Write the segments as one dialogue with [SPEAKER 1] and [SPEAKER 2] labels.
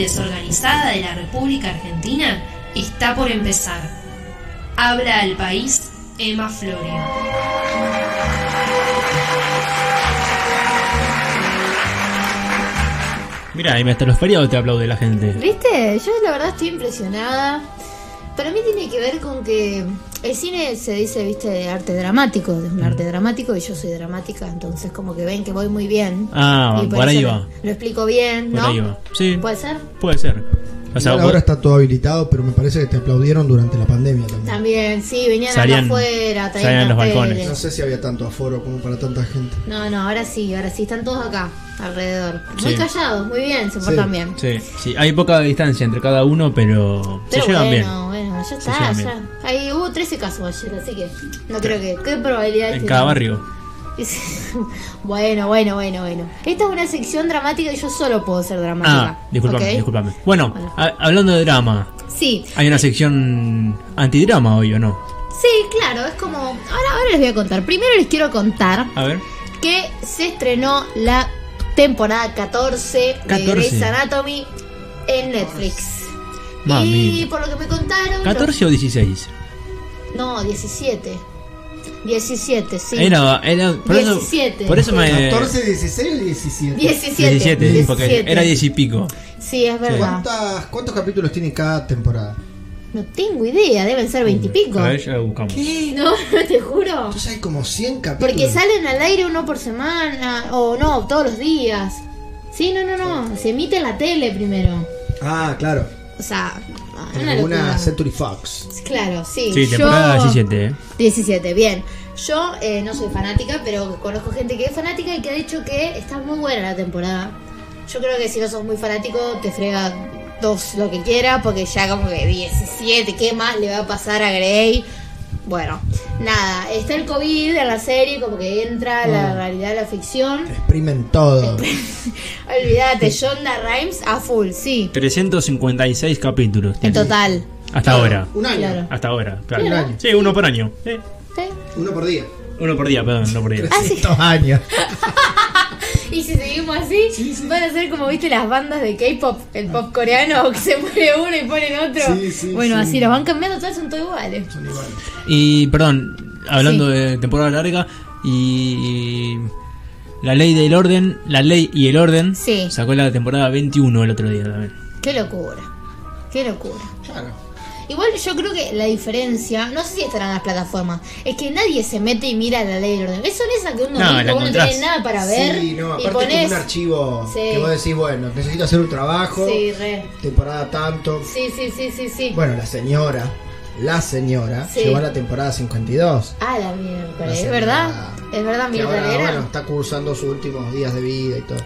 [SPEAKER 1] descentralizada de la República Argentina está por empezar. Habla al país Emma Florio.
[SPEAKER 2] Mira, y hasta los feriados te aplaude la gente.
[SPEAKER 3] ¿Viste? Yo la verdad estoy impresionada. Para mí tiene que ver con que el cine se dice, viste, de arte dramático, es
[SPEAKER 2] Mm.
[SPEAKER 3] un arte dramático y yo soy dramática, entonces como que ven que voy muy bien.
[SPEAKER 2] Ah,
[SPEAKER 3] Y
[SPEAKER 2] por ahí
[SPEAKER 3] eso
[SPEAKER 2] va.
[SPEAKER 3] Lo, lo explico bien,
[SPEAKER 2] Por
[SPEAKER 3] ¿no? Pues-
[SPEAKER 2] ahí va. Sí.
[SPEAKER 3] ¿Puede ser?
[SPEAKER 2] Puede ser. O sea,
[SPEAKER 4] Igual
[SPEAKER 2] vos-
[SPEAKER 4] ahora está todo habilitado, pero me parece que te aplaudieron durante la pandemia también.
[SPEAKER 3] También, sí, venían
[SPEAKER 2] Salían-
[SPEAKER 3] acá
[SPEAKER 2] salían
[SPEAKER 3] afuera, traían
[SPEAKER 2] los
[SPEAKER 3] carteles.
[SPEAKER 2] balcones.
[SPEAKER 4] No sé si había tanto aforo como para tanta gente.
[SPEAKER 3] No, no, ahora sí, ahora sí, están todos acá, alrededor. Muy
[SPEAKER 2] Sí.
[SPEAKER 3] callados, muy bien, se portan bien.
[SPEAKER 2] sí, sí, hay poca distancia entre cada uno, pero,
[SPEAKER 3] Pero
[SPEAKER 2] se llevan bien.
[SPEAKER 3] bueno, bueno, ya
[SPEAKER 2] Se
[SPEAKER 3] está,
[SPEAKER 2] llevan
[SPEAKER 3] ya. Ahí hubo 13 casos ayer, así que no creo que. ¿Qué probabilidad
[SPEAKER 2] En cada barrio.
[SPEAKER 3] Bueno, bueno, bueno, bueno. Esta es una sección dramática y yo solo puedo ser dramática.
[SPEAKER 2] Ah, disculpame,
[SPEAKER 3] ¿ok?
[SPEAKER 2] disculpame. Bueno,
[SPEAKER 3] Bueno.
[SPEAKER 2] a- hablando de drama,
[SPEAKER 3] Sí,
[SPEAKER 2] hay una sección antidrama hoy, ¿o no?
[SPEAKER 3] sí, claro, es como. Ahora, ahora les voy a contar. Primero les quiero contar
[SPEAKER 2] A ver.
[SPEAKER 3] que se estrenó la temporada 14 de
[SPEAKER 2] 14.
[SPEAKER 3] Grey's Anatomy en Netflix.
[SPEAKER 2] Mami.
[SPEAKER 3] Y por lo que me contaron. los-
[SPEAKER 2] ¿14 o 16?
[SPEAKER 3] No, 17. 17, sí.
[SPEAKER 2] Era, era, por eso,
[SPEAKER 3] 17.
[SPEAKER 2] por eso me...
[SPEAKER 4] 14, 16 o 17.
[SPEAKER 3] 17.
[SPEAKER 2] 17, porque
[SPEAKER 3] 17.
[SPEAKER 2] era 10 y pico.
[SPEAKER 3] Sí, es verdad.
[SPEAKER 4] ¿Cuántas- ¿Cuántos capítulos tiene cada temporada?
[SPEAKER 3] No tengo idea, deben ser 20 y pico.
[SPEAKER 2] A ver, ya lo buscamos.
[SPEAKER 4] ¿Qué?
[SPEAKER 3] No, no te juro.
[SPEAKER 4] Entonces hay como 100 capítulos.
[SPEAKER 3] Porque salen al aire uno por semana, o no, todos los días. Sí, no, no, no. Se emite en la tele primero.
[SPEAKER 4] Ah, claro.
[SPEAKER 3] O sea,
[SPEAKER 4] En
[SPEAKER 3] Ah, una
[SPEAKER 4] alguna
[SPEAKER 3] locura.
[SPEAKER 4] Century Fox.
[SPEAKER 3] Claro, sí.
[SPEAKER 2] Sí,
[SPEAKER 3] Yo-
[SPEAKER 2] temporada 17, ¿eh?
[SPEAKER 3] 17, bien. Yo eh, no soy fanática, pero conozco gente que es fanática y que ha dicho que está muy buena la temporada. Yo creo que si no sos muy fanático, te frega dos lo que quiera, porque ya como que 17, ¿qué más le va a pasar a Grey? Bueno, nada, está el COVID en la serie, como que entra la realidad de la ficción.
[SPEAKER 4] Exprimen todo.
[SPEAKER 3] Olvídate, Shonda Rhimes a full, sí,
[SPEAKER 2] 356 capítulos.
[SPEAKER 3] en
[SPEAKER 2] tiene.
[SPEAKER 3] total.
[SPEAKER 2] Hasta ahora.
[SPEAKER 4] Un año.
[SPEAKER 3] Claro.
[SPEAKER 2] Hasta ahora,
[SPEAKER 4] Un
[SPEAKER 2] claro.
[SPEAKER 3] ¿eh?
[SPEAKER 4] año.
[SPEAKER 2] Sí, uno por año. Sí.
[SPEAKER 3] ¿Sí?
[SPEAKER 4] Uno por día.
[SPEAKER 3] Ah,
[SPEAKER 2] Uno por día, perdón, uno por día.
[SPEAKER 4] 300 años.
[SPEAKER 3] Y si seguimos así, van a ser como viste las bandas de K-pop, el pop coreano, que se muere uno y ponen otro.
[SPEAKER 4] Sí, sí,
[SPEAKER 3] bueno,
[SPEAKER 4] sí.
[SPEAKER 3] así los van cambiando, todas son todos iguales.
[SPEAKER 4] Son iguales.
[SPEAKER 2] Y perdón, hablando
[SPEAKER 3] Sí.
[SPEAKER 2] de temporada larga y la ley del orden, la ley y el orden
[SPEAKER 3] Sí.
[SPEAKER 2] sacó la temporada 21 el otro día también.
[SPEAKER 3] Qué locura, qué locura.
[SPEAKER 4] Claro.
[SPEAKER 3] Igual yo creo que la diferencia, no sé si estarán las plataformas, es que nadie se mete y mira la ley del orden. Es son esas que un
[SPEAKER 2] No,
[SPEAKER 3] domingo
[SPEAKER 2] la
[SPEAKER 3] vos no
[SPEAKER 2] encontrás.
[SPEAKER 3] tenés nada para ver
[SPEAKER 4] sí, no,
[SPEAKER 3] y
[SPEAKER 4] aparte es
[SPEAKER 3] pones.
[SPEAKER 4] como un archivo
[SPEAKER 3] Sí.
[SPEAKER 4] que vos decís, bueno, necesito hacer un trabajo,
[SPEAKER 3] Sí, re.
[SPEAKER 4] temporada tanto.
[SPEAKER 3] Sí, sí, sí, sí, sí.
[SPEAKER 4] Bueno, la señora, la señora,
[SPEAKER 3] Sí.
[SPEAKER 4] llegó a la temporada 52.
[SPEAKER 3] Ah, la mierda,
[SPEAKER 4] La
[SPEAKER 3] es
[SPEAKER 4] señora-
[SPEAKER 3] verdad. Es verdad, mi
[SPEAKER 4] que ahora,
[SPEAKER 3] verdadera.
[SPEAKER 4] bueno, está cursando sus últimos días de vida y todo.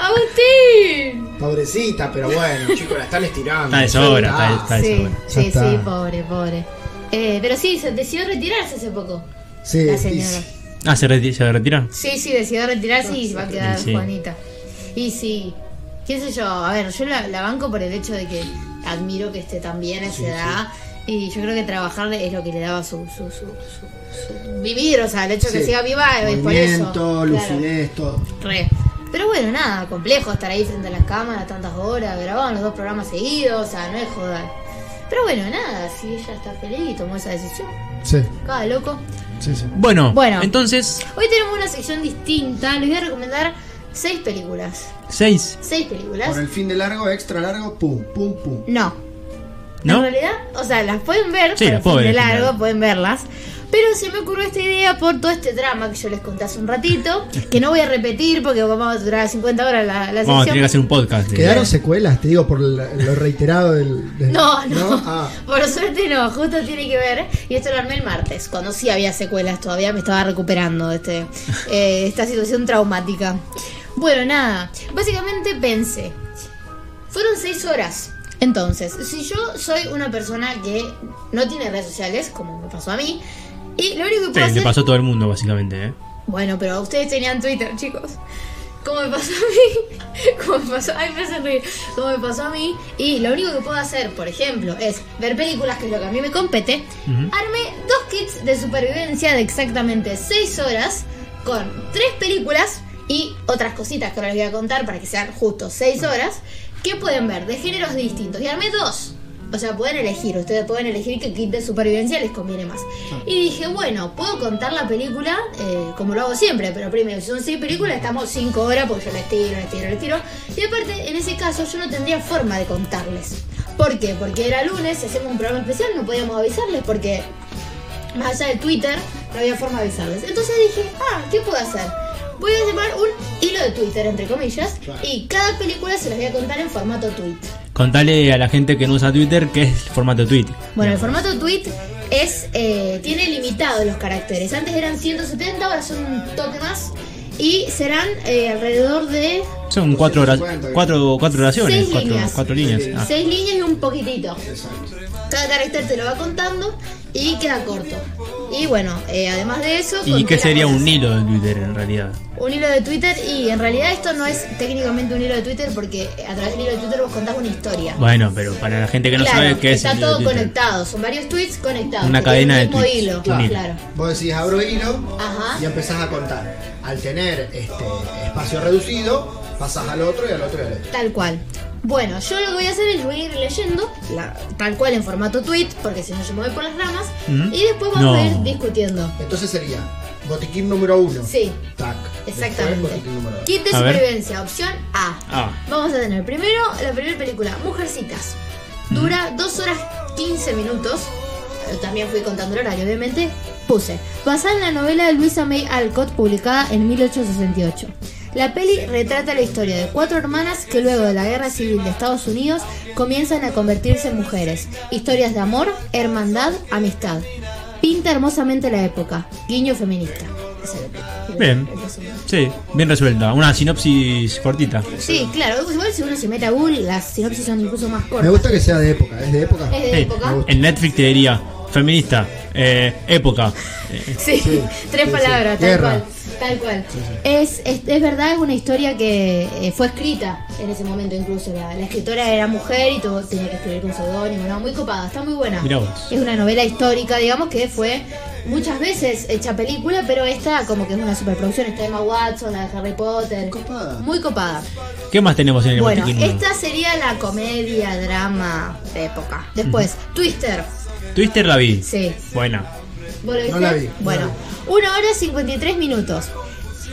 [SPEAKER 3] ¡Agustín!
[SPEAKER 4] Pobrecita, pero bueno, chicos, la están estirando.
[SPEAKER 2] Está de sobra,
[SPEAKER 4] Ya
[SPEAKER 2] está de-
[SPEAKER 3] Sí,
[SPEAKER 2] bueno.
[SPEAKER 4] Ya
[SPEAKER 3] sí,
[SPEAKER 4] está.
[SPEAKER 3] sí, pobre, pobre. Eh, pero sí, se decidió retirarse hace poco.
[SPEAKER 4] ah, Sí,
[SPEAKER 3] La
[SPEAKER 4] y
[SPEAKER 3] señora.
[SPEAKER 4] sí.
[SPEAKER 2] Ah, se, reti- se retira.
[SPEAKER 3] Sí, sí, decidió retirarse y va a quedar
[SPEAKER 2] Sí.
[SPEAKER 3] Juanita. Y sí, qué sé yo, a ver, yo la, la banco por el hecho de que admiro que esté tan bien a esa edad. Y yo creo que trabajar es lo que le daba su, su, su, su- su vivir, o sea, el hecho de que
[SPEAKER 4] Sí.
[SPEAKER 3] siga viva es por eso.
[SPEAKER 4] Movimiento,
[SPEAKER 3] Claro,
[SPEAKER 4] lucidez, todo.
[SPEAKER 3] re. Pero bueno, nada, complejo estar ahí frente a las cámaras tantas horas, grababan los dos programas seguidos, o sea, no es joder. Pero bueno, nada, si ella está feliz y tomó esa decisión,
[SPEAKER 4] Sí,
[SPEAKER 3] cada loco.
[SPEAKER 4] sí, sí.
[SPEAKER 2] Bueno,
[SPEAKER 3] Bueno.
[SPEAKER 2] entonces
[SPEAKER 3] Hoy tenemos una sección distinta, les voy a recomendar seis películas.
[SPEAKER 2] 6,
[SPEAKER 3] ¿Seis películas?
[SPEAKER 4] Por el fin de largo, extra largo, pum, pum, pum.
[SPEAKER 3] No. En
[SPEAKER 2] ¿no?
[SPEAKER 3] realidad, o sea, las pueden ver,
[SPEAKER 2] Sí,
[SPEAKER 3] por
[SPEAKER 2] las
[SPEAKER 3] el fin
[SPEAKER 2] puedo ver,
[SPEAKER 3] de largo,
[SPEAKER 2] claro.
[SPEAKER 3] pueden verlas. Pero se me ocurrió esta idea por todo este drama que yo les conté hace un ratito, que no voy a repetir porque vamos a durar 50 horas la, la
[SPEAKER 2] Vamos a
[SPEAKER 3] sección.
[SPEAKER 2] tener que hacer un podcast. de-
[SPEAKER 4] ¿Quedaron secuelas? Te digo, por la- lo reiterado del. del-
[SPEAKER 3] No, no.
[SPEAKER 4] Ah,
[SPEAKER 3] Por suerte no, justo tiene que ver. Y esto lo armé el martes, cuando sí había secuelas, todavía me estaba recuperando de este, eh, esta situación traumática. Bueno, nada. Básicamente pensé. Fueron seis horas. Entonces, si yo soy una persona que no tiene redes sociales, como me pasó a mí, y lo único que
[SPEAKER 2] Sí,
[SPEAKER 3] puedo
[SPEAKER 2] le
[SPEAKER 3] hacer.
[SPEAKER 2] pasó a todo el mundo básicamente, ¿eh?
[SPEAKER 3] Bueno, pero ustedes tenían Twitter, chicos. Como me pasó a mí. Como me pasó. Ay, me hacen reír. Como me pasó a mí. Y lo único que puedo hacer, por ejemplo, es ver películas, que es lo que a mí me compete.
[SPEAKER 2] Ujú.
[SPEAKER 3] Armé dos kits de supervivencia de exactamente 6 horas. Con tres películas y otras cositas que ahora les voy a contar para que sean justo 6 horas. ¿Qué pueden ver? De géneros distintos. Y armé dos. O sea, pueden elegir, ustedes pueden elegir qué kit de supervivencia les conviene más. Y dije, bueno, puedo contar la película eh, como lo hago siempre, pero primero, si son seis películas, estamos cinco horas porque yo les tiro, les tiro, les tiro. Y aparte, en ese caso, yo no tendría forma de contarles. ¿Por qué? Porque era lunes, si hacemos un programa especial, no podíamos avisarles porque más allá de Twitter, no había forma de avisarles. Entonces dije, ah, ¿qué puedo hacer? Voy a llamar un hilo de Twitter, entre comillas, y cada película se las voy a contar en formato tweet.
[SPEAKER 2] Contale a la gente que no usa Twitter que es el formato tweet.
[SPEAKER 3] Bueno, el formato tweet es eh, tiene limitado los caracteres. Antes eran 170, ahora son un toque más. Y serán eh, alrededor de
[SPEAKER 2] Son cuatro, hora-
[SPEAKER 4] 50.
[SPEAKER 2] cuatro, cuatro oraciones,
[SPEAKER 3] Seis
[SPEAKER 2] cuatro,
[SPEAKER 3] líneas.
[SPEAKER 2] cuatro líneas. Ah.
[SPEAKER 3] 6 líneas y un poquitito. Cada carácter te lo va contando y queda corto. Y bueno, eh, además de eso...
[SPEAKER 2] ¿Y qué
[SPEAKER 3] conté
[SPEAKER 2] sería
[SPEAKER 3] las-
[SPEAKER 2] un hilo de Twitter en realidad?
[SPEAKER 3] un hilo de Twitter y en realidad esto no es técnicamente un hilo de Twitter porque a través del hilo de Twitter vos contás una historia.
[SPEAKER 2] Bueno, pero para la gente que no
[SPEAKER 3] claro,
[SPEAKER 2] sabe qué es
[SPEAKER 3] está
[SPEAKER 2] el hilo de
[SPEAKER 3] todo
[SPEAKER 2] Twitter.
[SPEAKER 3] conectado, son varios tweets conectados.
[SPEAKER 2] Una
[SPEAKER 3] que tienen
[SPEAKER 2] cadena de
[SPEAKER 3] el mismo
[SPEAKER 2] tweets,
[SPEAKER 3] hilo,
[SPEAKER 2] un hilo.
[SPEAKER 3] claro.
[SPEAKER 4] Vos decís, abro hilo
[SPEAKER 3] Ajá.
[SPEAKER 4] y empezás a contar. Al tener este espacio reducido, pasás al otro y al otro y al otro.
[SPEAKER 3] Tal cual. Bueno, yo lo que voy a hacer es voy a ir leyendo, la- tal cual en formato tweet, porque si no yo me voy por las ramas,
[SPEAKER 2] Ujú.
[SPEAKER 3] y después vamos
[SPEAKER 2] No.
[SPEAKER 3] a ir discutiendo.
[SPEAKER 4] Entonces sería botiquín número uno.
[SPEAKER 3] Sí.
[SPEAKER 4] Tac. Después,
[SPEAKER 3] Exactamente.
[SPEAKER 4] botiquín número dos.
[SPEAKER 3] Kit de
[SPEAKER 2] A ver.
[SPEAKER 3] supervivencia, opción A.
[SPEAKER 2] Ah,
[SPEAKER 3] Vamos a tener primero la primera película, Mujercitas.
[SPEAKER 4] Mm.
[SPEAKER 3] Dura 2 horas 15 minutos. Eh, También fui contando el horario, obviamente. Puse. Basada en la novela de Luisa May Alcott, publicada en 1868. La peli retrata la historia de cuatro hermanas que luego de la guerra civil de Estados Unidos comienzan a convertirse en mujeres. Historias de amor, hermandad, amistad. Pinta hermosamente la época. Guiño feminista. Esa es la-
[SPEAKER 2] Bien.
[SPEAKER 3] el resumen.
[SPEAKER 2] sí, bien resuelta. Una sinopsis cortita.
[SPEAKER 3] Sí, claro, igual si uno se mete a Google, las sinopsis son incluso más cortas.
[SPEAKER 4] Me gusta que sea de época, ¿es de época?
[SPEAKER 3] Es de
[SPEAKER 2] Sí,
[SPEAKER 3] época.
[SPEAKER 2] En Netflix te diría feminista, eh, época. eh,
[SPEAKER 3] Sí,
[SPEAKER 4] Sí,
[SPEAKER 3] tres
[SPEAKER 4] sí,
[SPEAKER 3] palabras,
[SPEAKER 4] sí.
[SPEAKER 3] tal
[SPEAKER 4] Guerra.
[SPEAKER 3] cual. Tal cual. Es, es, es verdad, es una historia que eh, fue escrita en ese momento, incluso. La, la escritora era mujer y tuvo- tenía que escribir con seudónimo. No, muy copada, está muy buena.
[SPEAKER 2] Mirá vos.
[SPEAKER 3] Es una novela histórica, digamos, que fue muchas veces hecha película, pero esta, como que es una superproducción. Está Emma Watson, la de Harry Potter.
[SPEAKER 4] Copada.
[SPEAKER 3] Muy copada.
[SPEAKER 2] ¿Qué más tenemos en el
[SPEAKER 3] Bueno,
[SPEAKER 2] botiquín uno?
[SPEAKER 3] esta sería la comedia, drama de época. Después, Twister.
[SPEAKER 2] Twister la vi.
[SPEAKER 3] Sí.
[SPEAKER 2] Buena.
[SPEAKER 3] ¿Vos lo
[SPEAKER 4] No
[SPEAKER 3] viste?
[SPEAKER 4] la vi, no
[SPEAKER 3] Bueno, 1 hora 53 minutos.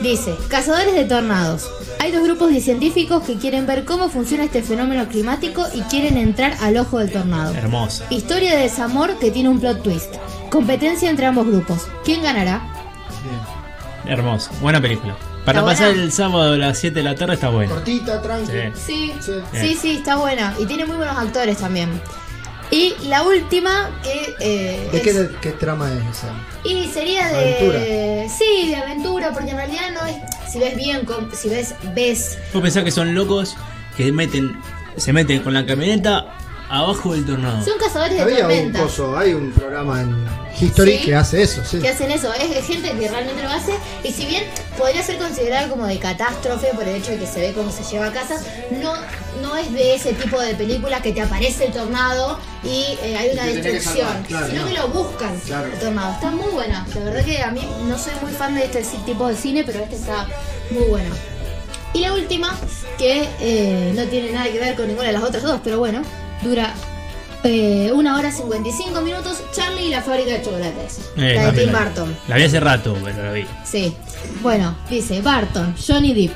[SPEAKER 3] Dice, cazadores de tornados. Hay dos grupos de científicos que quieren ver cómo funciona este fenómeno climático y quieren entrar al ojo del tornado.
[SPEAKER 2] Hermosa.
[SPEAKER 3] Historia de desamor que tiene un plot twist. Competencia entre ambos grupos. ¿Quién ganará?
[SPEAKER 2] Hermosa. Buena película. Para
[SPEAKER 3] ¿Está
[SPEAKER 2] pasar
[SPEAKER 3] buena?
[SPEAKER 2] el sábado a las 7 de la tarde está buena.
[SPEAKER 4] Cortita, tranqui.
[SPEAKER 2] Sí.
[SPEAKER 3] Sí,
[SPEAKER 4] Sí.
[SPEAKER 3] sí, sí, está buena. Y tiene muy buenos actores también. Y la última que... eh,
[SPEAKER 4] ¿De
[SPEAKER 3] es-
[SPEAKER 4] qué, de qué trama es esa?
[SPEAKER 3] Y sería de. Sí, de aventura, porque en realidad no es. Si ves bien, com- si ves, ves.
[SPEAKER 2] Vos pensás que son locos que meten, se meten con la camioneta abajo del tornado.
[SPEAKER 3] Son cazadores de
[SPEAKER 4] Había un
[SPEAKER 3] tormenta.
[SPEAKER 4] coso, hay un programa en History
[SPEAKER 3] Sí.
[SPEAKER 4] que hace eso, sí.
[SPEAKER 3] Que hacen eso, es gente que realmente lo hace y si bien podría ser considerada como de catástrofe por el hecho de que se ve cómo se lleva a casa, no, no es de ese tipo de películas que te aparece el tornado y eh, hay una
[SPEAKER 4] Y te tenés que
[SPEAKER 3] destrucción,
[SPEAKER 4] salvar, claro,
[SPEAKER 3] sino
[SPEAKER 4] no.
[SPEAKER 3] que lo buscan
[SPEAKER 4] Claro.
[SPEAKER 3] el tornado. Está muy buena, la verdad que a mí no soy muy fan de este ci- tipo de cine, pero esta está muy buena. Y la última, que eh, no tiene nada que ver con ninguna de las otras dos, pero bueno, dura eh, una hora 55 minutos, Charlie y la fábrica de chocolates.
[SPEAKER 2] Eh,
[SPEAKER 3] la de
[SPEAKER 2] también
[SPEAKER 3] Tim
[SPEAKER 2] vi.
[SPEAKER 3] Burton.
[SPEAKER 2] La vi hace rato, pero la vi.
[SPEAKER 3] Sí. Bueno, dice Barton, Johnny Depp.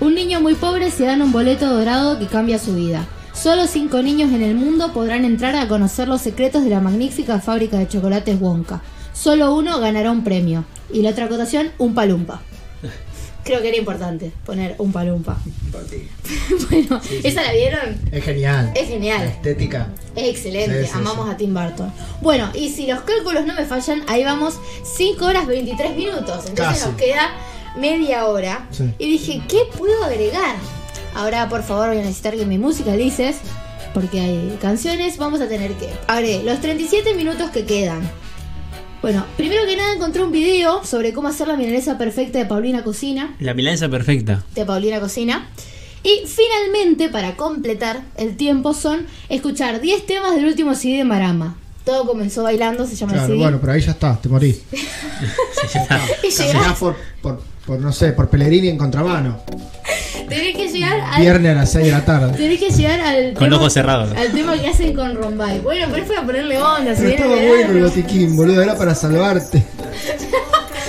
[SPEAKER 3] Un niño muy pobre se dan un boleto dorado que cambia su vida. Solo cinco niños en el mundo podrán entrar a conocer los secretos de la magnífica fábrica de chocolates Wonka. Solo uno ganará un premio. Y la otra acotación, un palumpa. Creo que era importante poner un palumpa. bueno, ¿esa la vieron?
[SPEAKER 4] Es genial.
[SPEAKER 3] Es genial.
[SPEAKER 4] La estética.
[SPEAKER 3] Es excelente,
[SPEAKER 4] Sí, sí,
[SPEAKER 3] amamos
[SPEAKER 4] sí.
[SPEAKER 3] a Tim Burton. Bueno, y si los cálculos no me fallan, ahí vamos 5 horas 23 minutos. Entonces
[SPEAKER 4] Casi.
[SPEAKER 3] nos queda media hora.
[SPEAKER 4] Sí.
[SPEAKER 3] Y dije, ¿qué puedo agregar? Ahora, por favor, voy a necesitar que mi música dices, porque hay canciones. Vamos a tener que. Agregué los 37 minutos que quedan. Bueno, primero que nada encontré un video sobre cómo hacer la milanesa perfecta de Paulina Cocina
[SPEAKER 2] La milanesa perfecta.
[SPEAKER 3] de Paulina Cocina. Y finalmente, para completar el tiempo, son escuchar 10 temas del último CD de Marama. Todo comenzó bailando, se llama el
[SPEAKER 4] Claro,
[SPEAKER 3] CD.
[SPEAKER 4] bueno, pero ahí ya está, te morís.
[SPEAKER 3] y llegás,
[SPEAKER 4] Caminás por, por, por, no sé, por Pellegrini en contramano.
[SPEAKER 3] Tenés que llegar al.
[SPEAKER 5] Viernes a las 6 de la tarde.
[SPEAKER 3] Tenés que llegar al.
[SPEAKER 2] Con los ojos cerrados.
[SPEAKER 3] Al tema que hacen con Rombay. Bueno, pero es para ponerle onda. si
[SPEAKER 5] Pero
[SPEAKER 3] viene
[SPEAKER 5] estaba
[SPEAKER 3] el
[SPEAKER 5] bueno el
[SPEAKER 3] verano.
[SPEAKER 5] botiquín, boludo. Era para salvarte.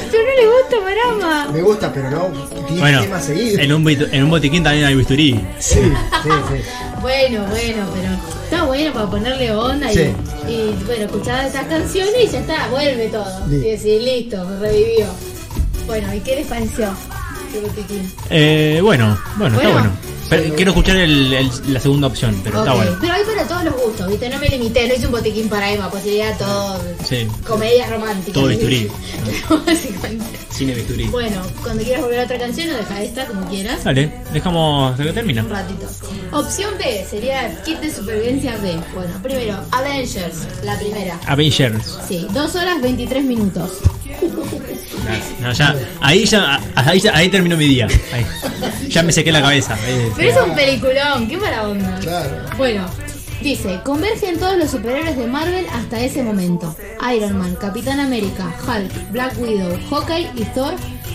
[SPEAKER 3] Pero no le gusta Marama.
[SPEAKER 4] Me gusta, pero no. Tiene
[SPEAKER 2] Bueno,
[SPEAKER 4] temas seguidos.
[SPEAKER 2] en un, bit- en un botiquín también hay bisturí.
[SPEAKER 4] Sí, sí, sí.
[SPEAKER 3] Bueno, bueno, pero está bueno para ponerle onda. y-
[SPEAKER 4] Sí.
[SPEAKER 3] Y, bueno, escuchar estas canciones y ya está, vuelve todo.
[SPEAKER 5] Listo.
[SPEAKER 3] Y decir, listo, revivió. Bueno, ¿y qué les pareció? El botiquín.
[SPEAKER 2] Eh, bueno, bueno, está
[SPEAKER 3] Bueno.
[SPEAKER 2] bueno. Pero quiero escuchar el- el- la segunda opción, pero está
[SPEAKER 3] Ok,
[SPEAKER 2] bueno.
[SPEAKER 3] Pero hay para todos los gustos, ¿viste? No me limité, no hice un botiquín para Emma, pues sería todo.
[SPEAKER 2] Sí.
[SPEAKER 3] Comedias románticas.
[SPEAKER 2] Todo bisturí.
[SPEAKER 3] Básicamente.
[SPEAKER 2] Cine bisturí.
[SPEAKER 3] Bueno, cuando quieras volver a otra canción, o deja esta como quieras.
[SPEAKER 2] Dale, dejamos hasta que termina.
[SPEAKER 3] Un ratito. Opción B sería kit de supervivencia B. Bueno, primero, Avengers, la primera.
[SPEAKER 2] Avengers.
[SPEAKER 3] Sí, 2 horas 23 minutos.
[SPEAKER 2] No, ya, ahí ya, a- ahí ya- ahí terminó mi día. Ahí. Ya me sequé la cabeza. eh.
[SPEAKER 3] Pero es un peliculón, qué mala onda.
[SPEAKER 5] Claro.
[SPEAKER 3] Bueno, dice, convergen todos los superhéroes de Marvel hasta ese momento. Iron Man, Capitán América, Hulk, Black Widow, Hawkeye y Thor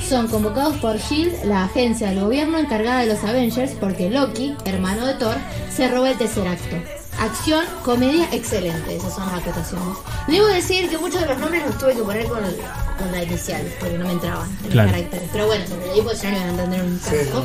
[SPEAKER 3] son convocados por SHIELD, E la agencia del gobierno encargada de los Avengers, porque Loki, hermano de Thor, se roba el tercer acto. Acción, comedia, excelente. Esas son las acotaciones. Debo decir que muchos de los nombres los tuve que poner con, con la inicial, porque no me entraban en
[SPEAKER 2] Claro.
[SPEAKER 3] los caracteres. Pero bueno, se me leí porque ya no iban a entender un carajo.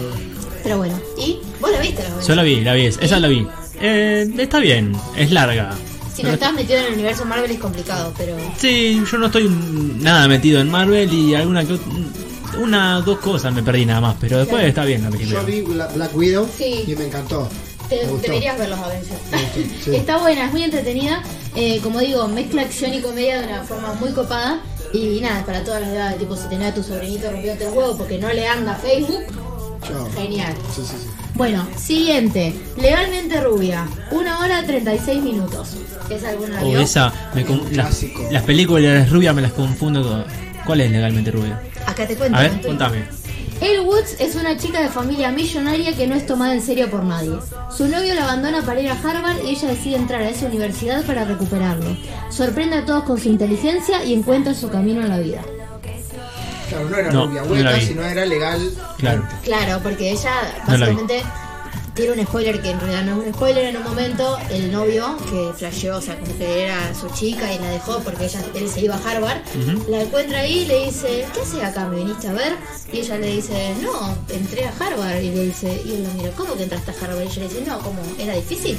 [SPEAKER 3] Pero bueno, ¿y vos la viste? la
[SPEAKER 2] Yo la vi, la vi, esa la vi. Eh, está bien, es larga.
[SPEAKER 3] Si no estás metido en el universo Marvel es complicado, pero.
[SPEAKER 2] Sí, yo no estoy nada metido en Marvel y alguna que ot- una dos cosas me perdí nada más, pero después está bien la película.
[SPEAKER 4] Yo vi Bla- Black Widow
[SPEAKER 3] Sí.
[SPEAKER 4] y me encantó.
[SPEAKER 3] Te,
[SPEAKER 4] me gustó.
[SPEAKER 3] deberías ver los Avengers.
[SPEAKER 4] sí.
[SPEAKER 3] Está buena, es muy entretenida. eh, como digo, mezcla acción y comedia de una forma muy copada. Y nada, para todas las edades, tipo si tenés a tu sobrinito rompiéndote el huevo porque no le anda Facebook,
[SPEAKER 4] Chao.
[SPEAKER 3] genial.
[SPEAKER 4] Sí, sí, sí.
[SPEAKER 3] Bueno, siguiente, Legalmente Rubia, 1 hora 36 minutos. ¿Es alguna
[SPEAKER 2] O
[SPEAKER 3] vio?
[SPEAKER 2] esa, me con-
[SPEAKER 4] Un
[SPEAKER 2] las,
[SPEAKER 4] clásico.
[SPEAKER 2] las películas rubias me las confundo todas. ¿Cuál es legalmente rubia?
[SPEAKER 3] Acá te cuento.
[SPEAKER 2] A ver,
[SPEAKER 3] Antonio.
[SPEAKER 2] contame.
[SPEAKER 3] Elle Woods es una chica de familia millonaria que no es tomada en serio por nadie. Su novio la abandona para ir a Harvard y ella decide entrar a esa universidad para recuperarlo. Sorprende a todos con su inteligencia y encuentra su camino en la vida.
[SPEAKER 4] Claro, no era
[SPEAKER 2] No,
[SPEAKER 4] rubia
[SPEAKER 2] no
[SPEAKER 4] hueca,
[SPEAKER 2] la vi.
[SPEAKER 4] sino era legal.
[SPEAKER 2] Claro.
[SPEAKER 3] Claro, porque ella
[SPEAKER 2] No la vi.
[SPEAKER 3] básicamente tiene un spoiler que en realidad no es un spoiler. En un momento, el novio que flasheó, o sea, como que era su chica y la dejó porque ella, él se iba a Harvard,
[SPEAKER 2] Ujú.
[SPEAKER 3] la encuentra ahí y le dice: ¿Qué haces acá? ¿Me viniste a ver? Y ella le dice: No, entré a Harvard. Y le dice: Y él lo mira, ¿cómo que entraste a Harvard? Y ella le dice: No, ¿cómo? ¿Era difícil?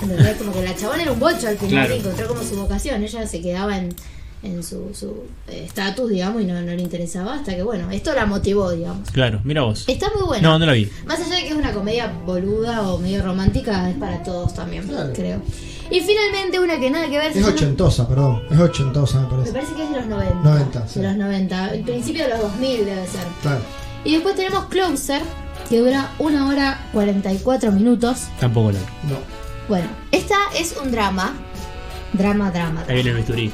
[SPEAKER 3] ¿Entendés? Como que la chabona era un bocho al final
[SPEAKER 2] Claro.
[SPEAKER 3] y encontró como su vocación. Ella se quedaba en, en su su, eh, estatus, digamos, y no, no le interesaba hasta que, bueno, esto la motivó, digamos.
[SPEAKER 2] Claro, mira vos.
[SPEAKER 3] Está muy bueno.
[SPEAKER 2] No, no la vi.
[SPEAKER 3] Más allá de que es una comedia boluda o medio romántica, es para todos también,
[SPEAKER 5] Claro.
[SPEAKER 3] creo. Y finalmente una que nada que ver. se
[SPEAKER 5] Es
[SPEAKER 3] llama-
[SPEAKER 5] ochentosa, perdón. Es ochentosa, me
[SPEAKER 3] Me
[SPEAKER 5] parece.
[SPEAKER 3] parece que es de los 90.
[SPEAKER 5] 90, sí.
[SPEAKER 3] De los 90. El principio de los 2000 debe ser.
[SPEAKER 5] Claro.
[SPEAKER 3] Y después tenemos Closer, que dura 1 hora 44 minutos.
[SPEAKER 2] Tampoco la vi.
[SPEAKER 5] No.
[SPEAKER 3] Bueno, esta es un drama. Drama, drama.
[SPEAKER 2] Ahí viene el bisturí.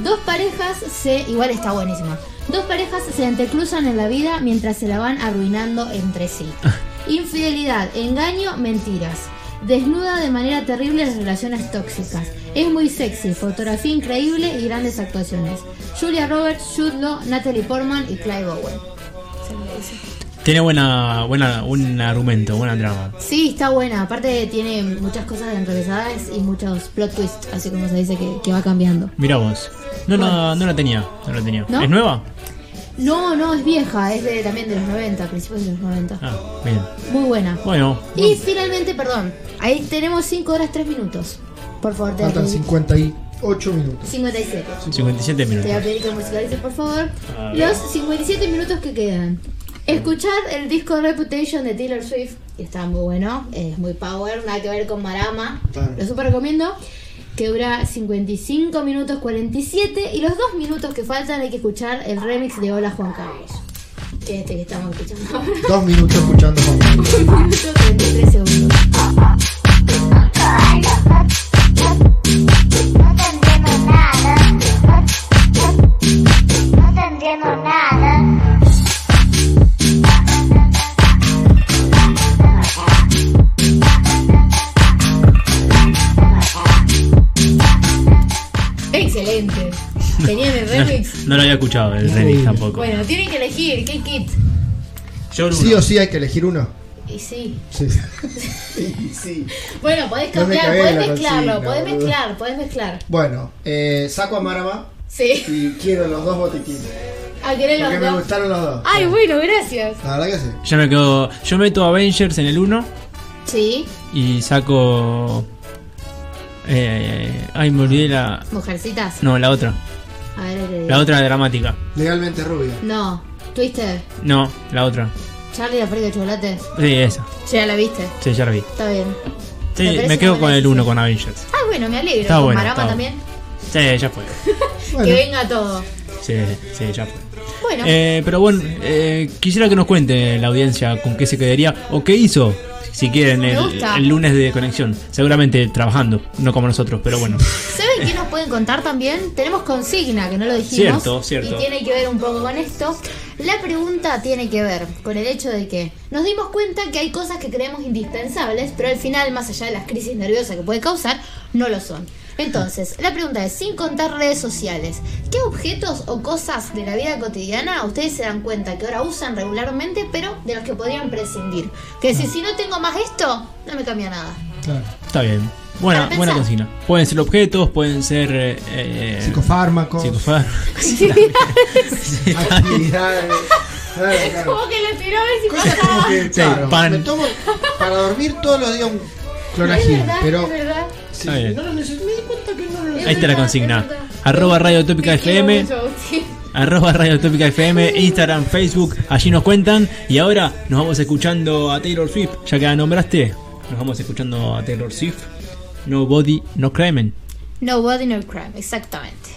[SPEAKER 3] Dos parejas se. Igual está buenísima. Dos parejas se entrecruzan en la vida mientras se la van arruinando entre sí. Infidelidad, engaño, mentiras. Desnuda de manera terrible las relaciones tóxicas. Es muy sexy, fotografía increíble y grandes actuaciones. Julia Roberts, Jude Law, Natalie Portman y Clive Owen.
[SPEAKER 2] Tiene buena, buena, un argumento, buena trama.
[SPEAKER 3] Sí, está buena. Aparte tiene muchas cosas enrevesadas y muchos plot twists, así como se dice que, que va cambiando.
[SPEAKER 2] Mira vos. No, la- no la tenía, no la tenía.
[SPEAKER 3] ¿No?
[SPEAKER 2] ¿Es nueva?
[SPEAKER 3] No, no, es vieja, es de, también de los 90, principios de los 90.
[SPEAKER 2] Ah, bien.
[SPEAKER 3] Muy buena.
[SPEAKER 2] Bueno,
[SPEAKER 3] Y finalmente, perdón, ahí tenemos 5 horas 3 minutos. Por favor, te
[SPEAKER 5] Faltan
[SPEAKER 3] doy-
[SPEAKER 5] 58 minutos.
[SPEAKER 3] 57.
[SPEAKER 2] 57
[SPEAKER 3] Te voy a
[SPEAKER 2] minutos.
[SPEAKER 3] pedir que musicalices, por favor.
[SPEAKER 2] A ver.
[SPEAKER 3] Los 57 minutos que quedan. Escuchar el disco Reputation de Taylor Swift, que está muy bueno, es muy power, nada que ver con Marama.
[SPEAKER 5] Claro.
[SPEAKER 3] Lo super recomiendo. Que dura 55 minutos 47 y los 2 minutos que faltan hay que escuchar el remix de Hola Juan Carlos. Que es este que estamos escuchando ahora.
[SPEAKER 5] Dos minutos escuchando con
[SPEAKER 3] minuto 33 segundos.
[SPEAKER 6] No te entiendo nada. No te entiendo nada.
[SPEAKER 3] Excelente. Tenían el
[SPEAKER 2] No,
[SPEAKER 3] remix.
[SPEAKER 2] no lo había escuchado el remix tampoco.
[SPEAKER 3] Bueno, tienen que elegir qué kit.
[SPEAKER 2] Yo el
[SPEAKER 5] Sí
[SPEAKER 2] uno.
[SPEAKER 5] o sí hay que elegir uno.
[SPEAKER 3] Y Y sí.
[SPEAKER 5] Sí.
[SPEAKER 4] Sí, sí.
[SPEAKER 3] Bueno, podés
[SPEAKER 5] No me
[SPEAKER 3] cambiar,
[SPEAKER 5] cagué
[SPEAKER 3] podés
[SPEAKER 5] la
[SPEAKER 3] mezclarlo,
[SPEAKER 5] consigna,
[SPEAKER 3] podés
[SPEAKER 5] boludo.
[SPEAKER 3] mezclar, podés mezclar.
[SPEAKER 4] Bueno, eh, saco a Marama
[SPEAKER 3] Sí.
[SPEAKER 4] y quiero los dos botiquines.
[SPEAKER 3] A querer
[SPEAKER 4] Porque
[SPEAKER 3] los
[SPEAKER 4] me
[SPEAKER 3] dos.
[SPEAKER 4] gustaron los dos.
[SPEAKER 3] Ay, bueno, gracias.
[SPEAKER 4] La verdad que sí.
[SPEAKER 2] Yo me quedo. Yo meto Avengers en el 1
[SPEAKER 3] Sí,
[SPEAKER 2] y saco. Eh, ay, me olvidé la.
[SPEAKER 3] mujercitas.
[SPEAKER 2] No, la otra.
[SPEAKER 3] A ver, eh,
[SPEAKER 2] La otra dramática.
[SPEAKER 4] Legalmente rubia.
[SPEAKER 3] No, Twister,
[SPEAKER 2] No, la otra.
[SPEAKER 3] Charlie la fábrica de chocolate.
[SPEAKER 2] Sí, esa.
[SPEAKER 3] Ya la viste,
[SPEAKER 2] Sí, ya la vi.
[SPEAKER 3] está bien. Me
[SPEAKER 2] Sí,
[SPEAKER 3] parece
[SPEAKER 2] me quedo
[SPEAKER 3] una
[SPEAKER 2] con
[SPEAKER 3] buena
[SPEAKER 2] el 1
[SPEAKER 3] decisión.
[SPEAKER 2] con Avengers.
[SPEAKER 3] Ah, bueno, me alegro.
[SPEAKER 2] Está
[SPEAKER 3] Con
[SPEAKER 2] bueno,
[SPEAKER 3] Marama
[SPEAKER 2] está
[SPEAKER 3] también.
[SPEAKER 2] Sí, ya fue.
[SPEAKER 5] Bueno,
[SPEAKER 3] Que venga todo.
[SPEAKER 2] Sí, sí, ya fue.
[SPEAKER 3] Bueno,
[SPEAKER 2] Eh, pero bueno, eh, quisiera que nos cuente la audiencia con qué se quedaría o qué hizo, si quieren,
[SPEAKER 3] Me
[SPEAKER 2] el,
[SPEAKER 3] gusta.
[SPEAKER 2] el lunes de conexión. Seguramente trabajando, no como nosotros, pero bueno.
[SPEAKER 3] ¿saben qué nos pueden contar también? Tenemos consigna, que no lo dijimos.
[SPEAKER 2] Cierto, cierto.
[SPEAKER 3] Y tiene que ver un poco con esto. La pregunta tiene que ver con el hecho de que nos dimos cuenta que hay cosas que creemos indispensables, pero al final, más allá de las crisis nerviosas que puede causar, no lo son. Entonces, la pregunta es, sin contar redes sociales, ¿qué objetos o cosas de la vida cotidiana ustedes se dan cuenta que ahora usan regularmente, pero de los que podrían prescindir? Que si, si no tengo más esto, no me cambia nada.
[SPEAKER 5] claro.
[SPEAKER 2] Está bien. Buena,
[SPEAKER 3] Para
[SPEAKER 2] buena
[SPEAKER 3] pensar.
[SPEAKER 2] consigna. Pueden ser objetos, pueden ser. eh, eh,
[SPEAKER 5] Psicofármacos.
[SPEAKER 2] psicofar-
[SPEAKER 4] Actividades. Claro, claro.
[SPEAKER 3] Como que lo tiró a ver si
[SPEAKER 4] Cosas
[SPEAKER 3] pasaba.
[SPEAKER 4] como que,
[SPEAKER 2] Sí,
[SPEAKER 4] claro,
[SPEAKER 2] pan.
[SPEAKER 4] me tomo para dormir todos los días un
[SPEAKER 3] Es
[SPEAKER 4] clonagil,
[SPEAKER 3] verdad,
[SPEAKER 4] pero
[SPEAKER 3] es verdad.
[SPEAKER 4] si
[SPEAKER 2] Está bien.
[SPEAKER 4] no lo necesito, me di cuenta que no lo
[SPEAKER 3] Es
[SPEAKER 2] Ahí está la
[SPEAKER 3] verdad,
[SPEAKER 2] consigna.
[SPEAKER 3] es verdad.
[SPEAKER 2] Arroba Radio Tópica
[SPEAKER 3] Te quiero
[SPEAKER 2] FM.
[SPEAKER 3] mucho, Agustín.
[SPEAKER 2] Arroba Radio Tópica FM, Instagram, Facebook, allí nos cuentan. Y ahora nos vamos escuchando a Taylor Swift, ya que la nombraste. Nos vamos escuchando a Taylor Swift. Nobody, no crimen.
[SPEAKER 3] Nobody, no crime, exactamente.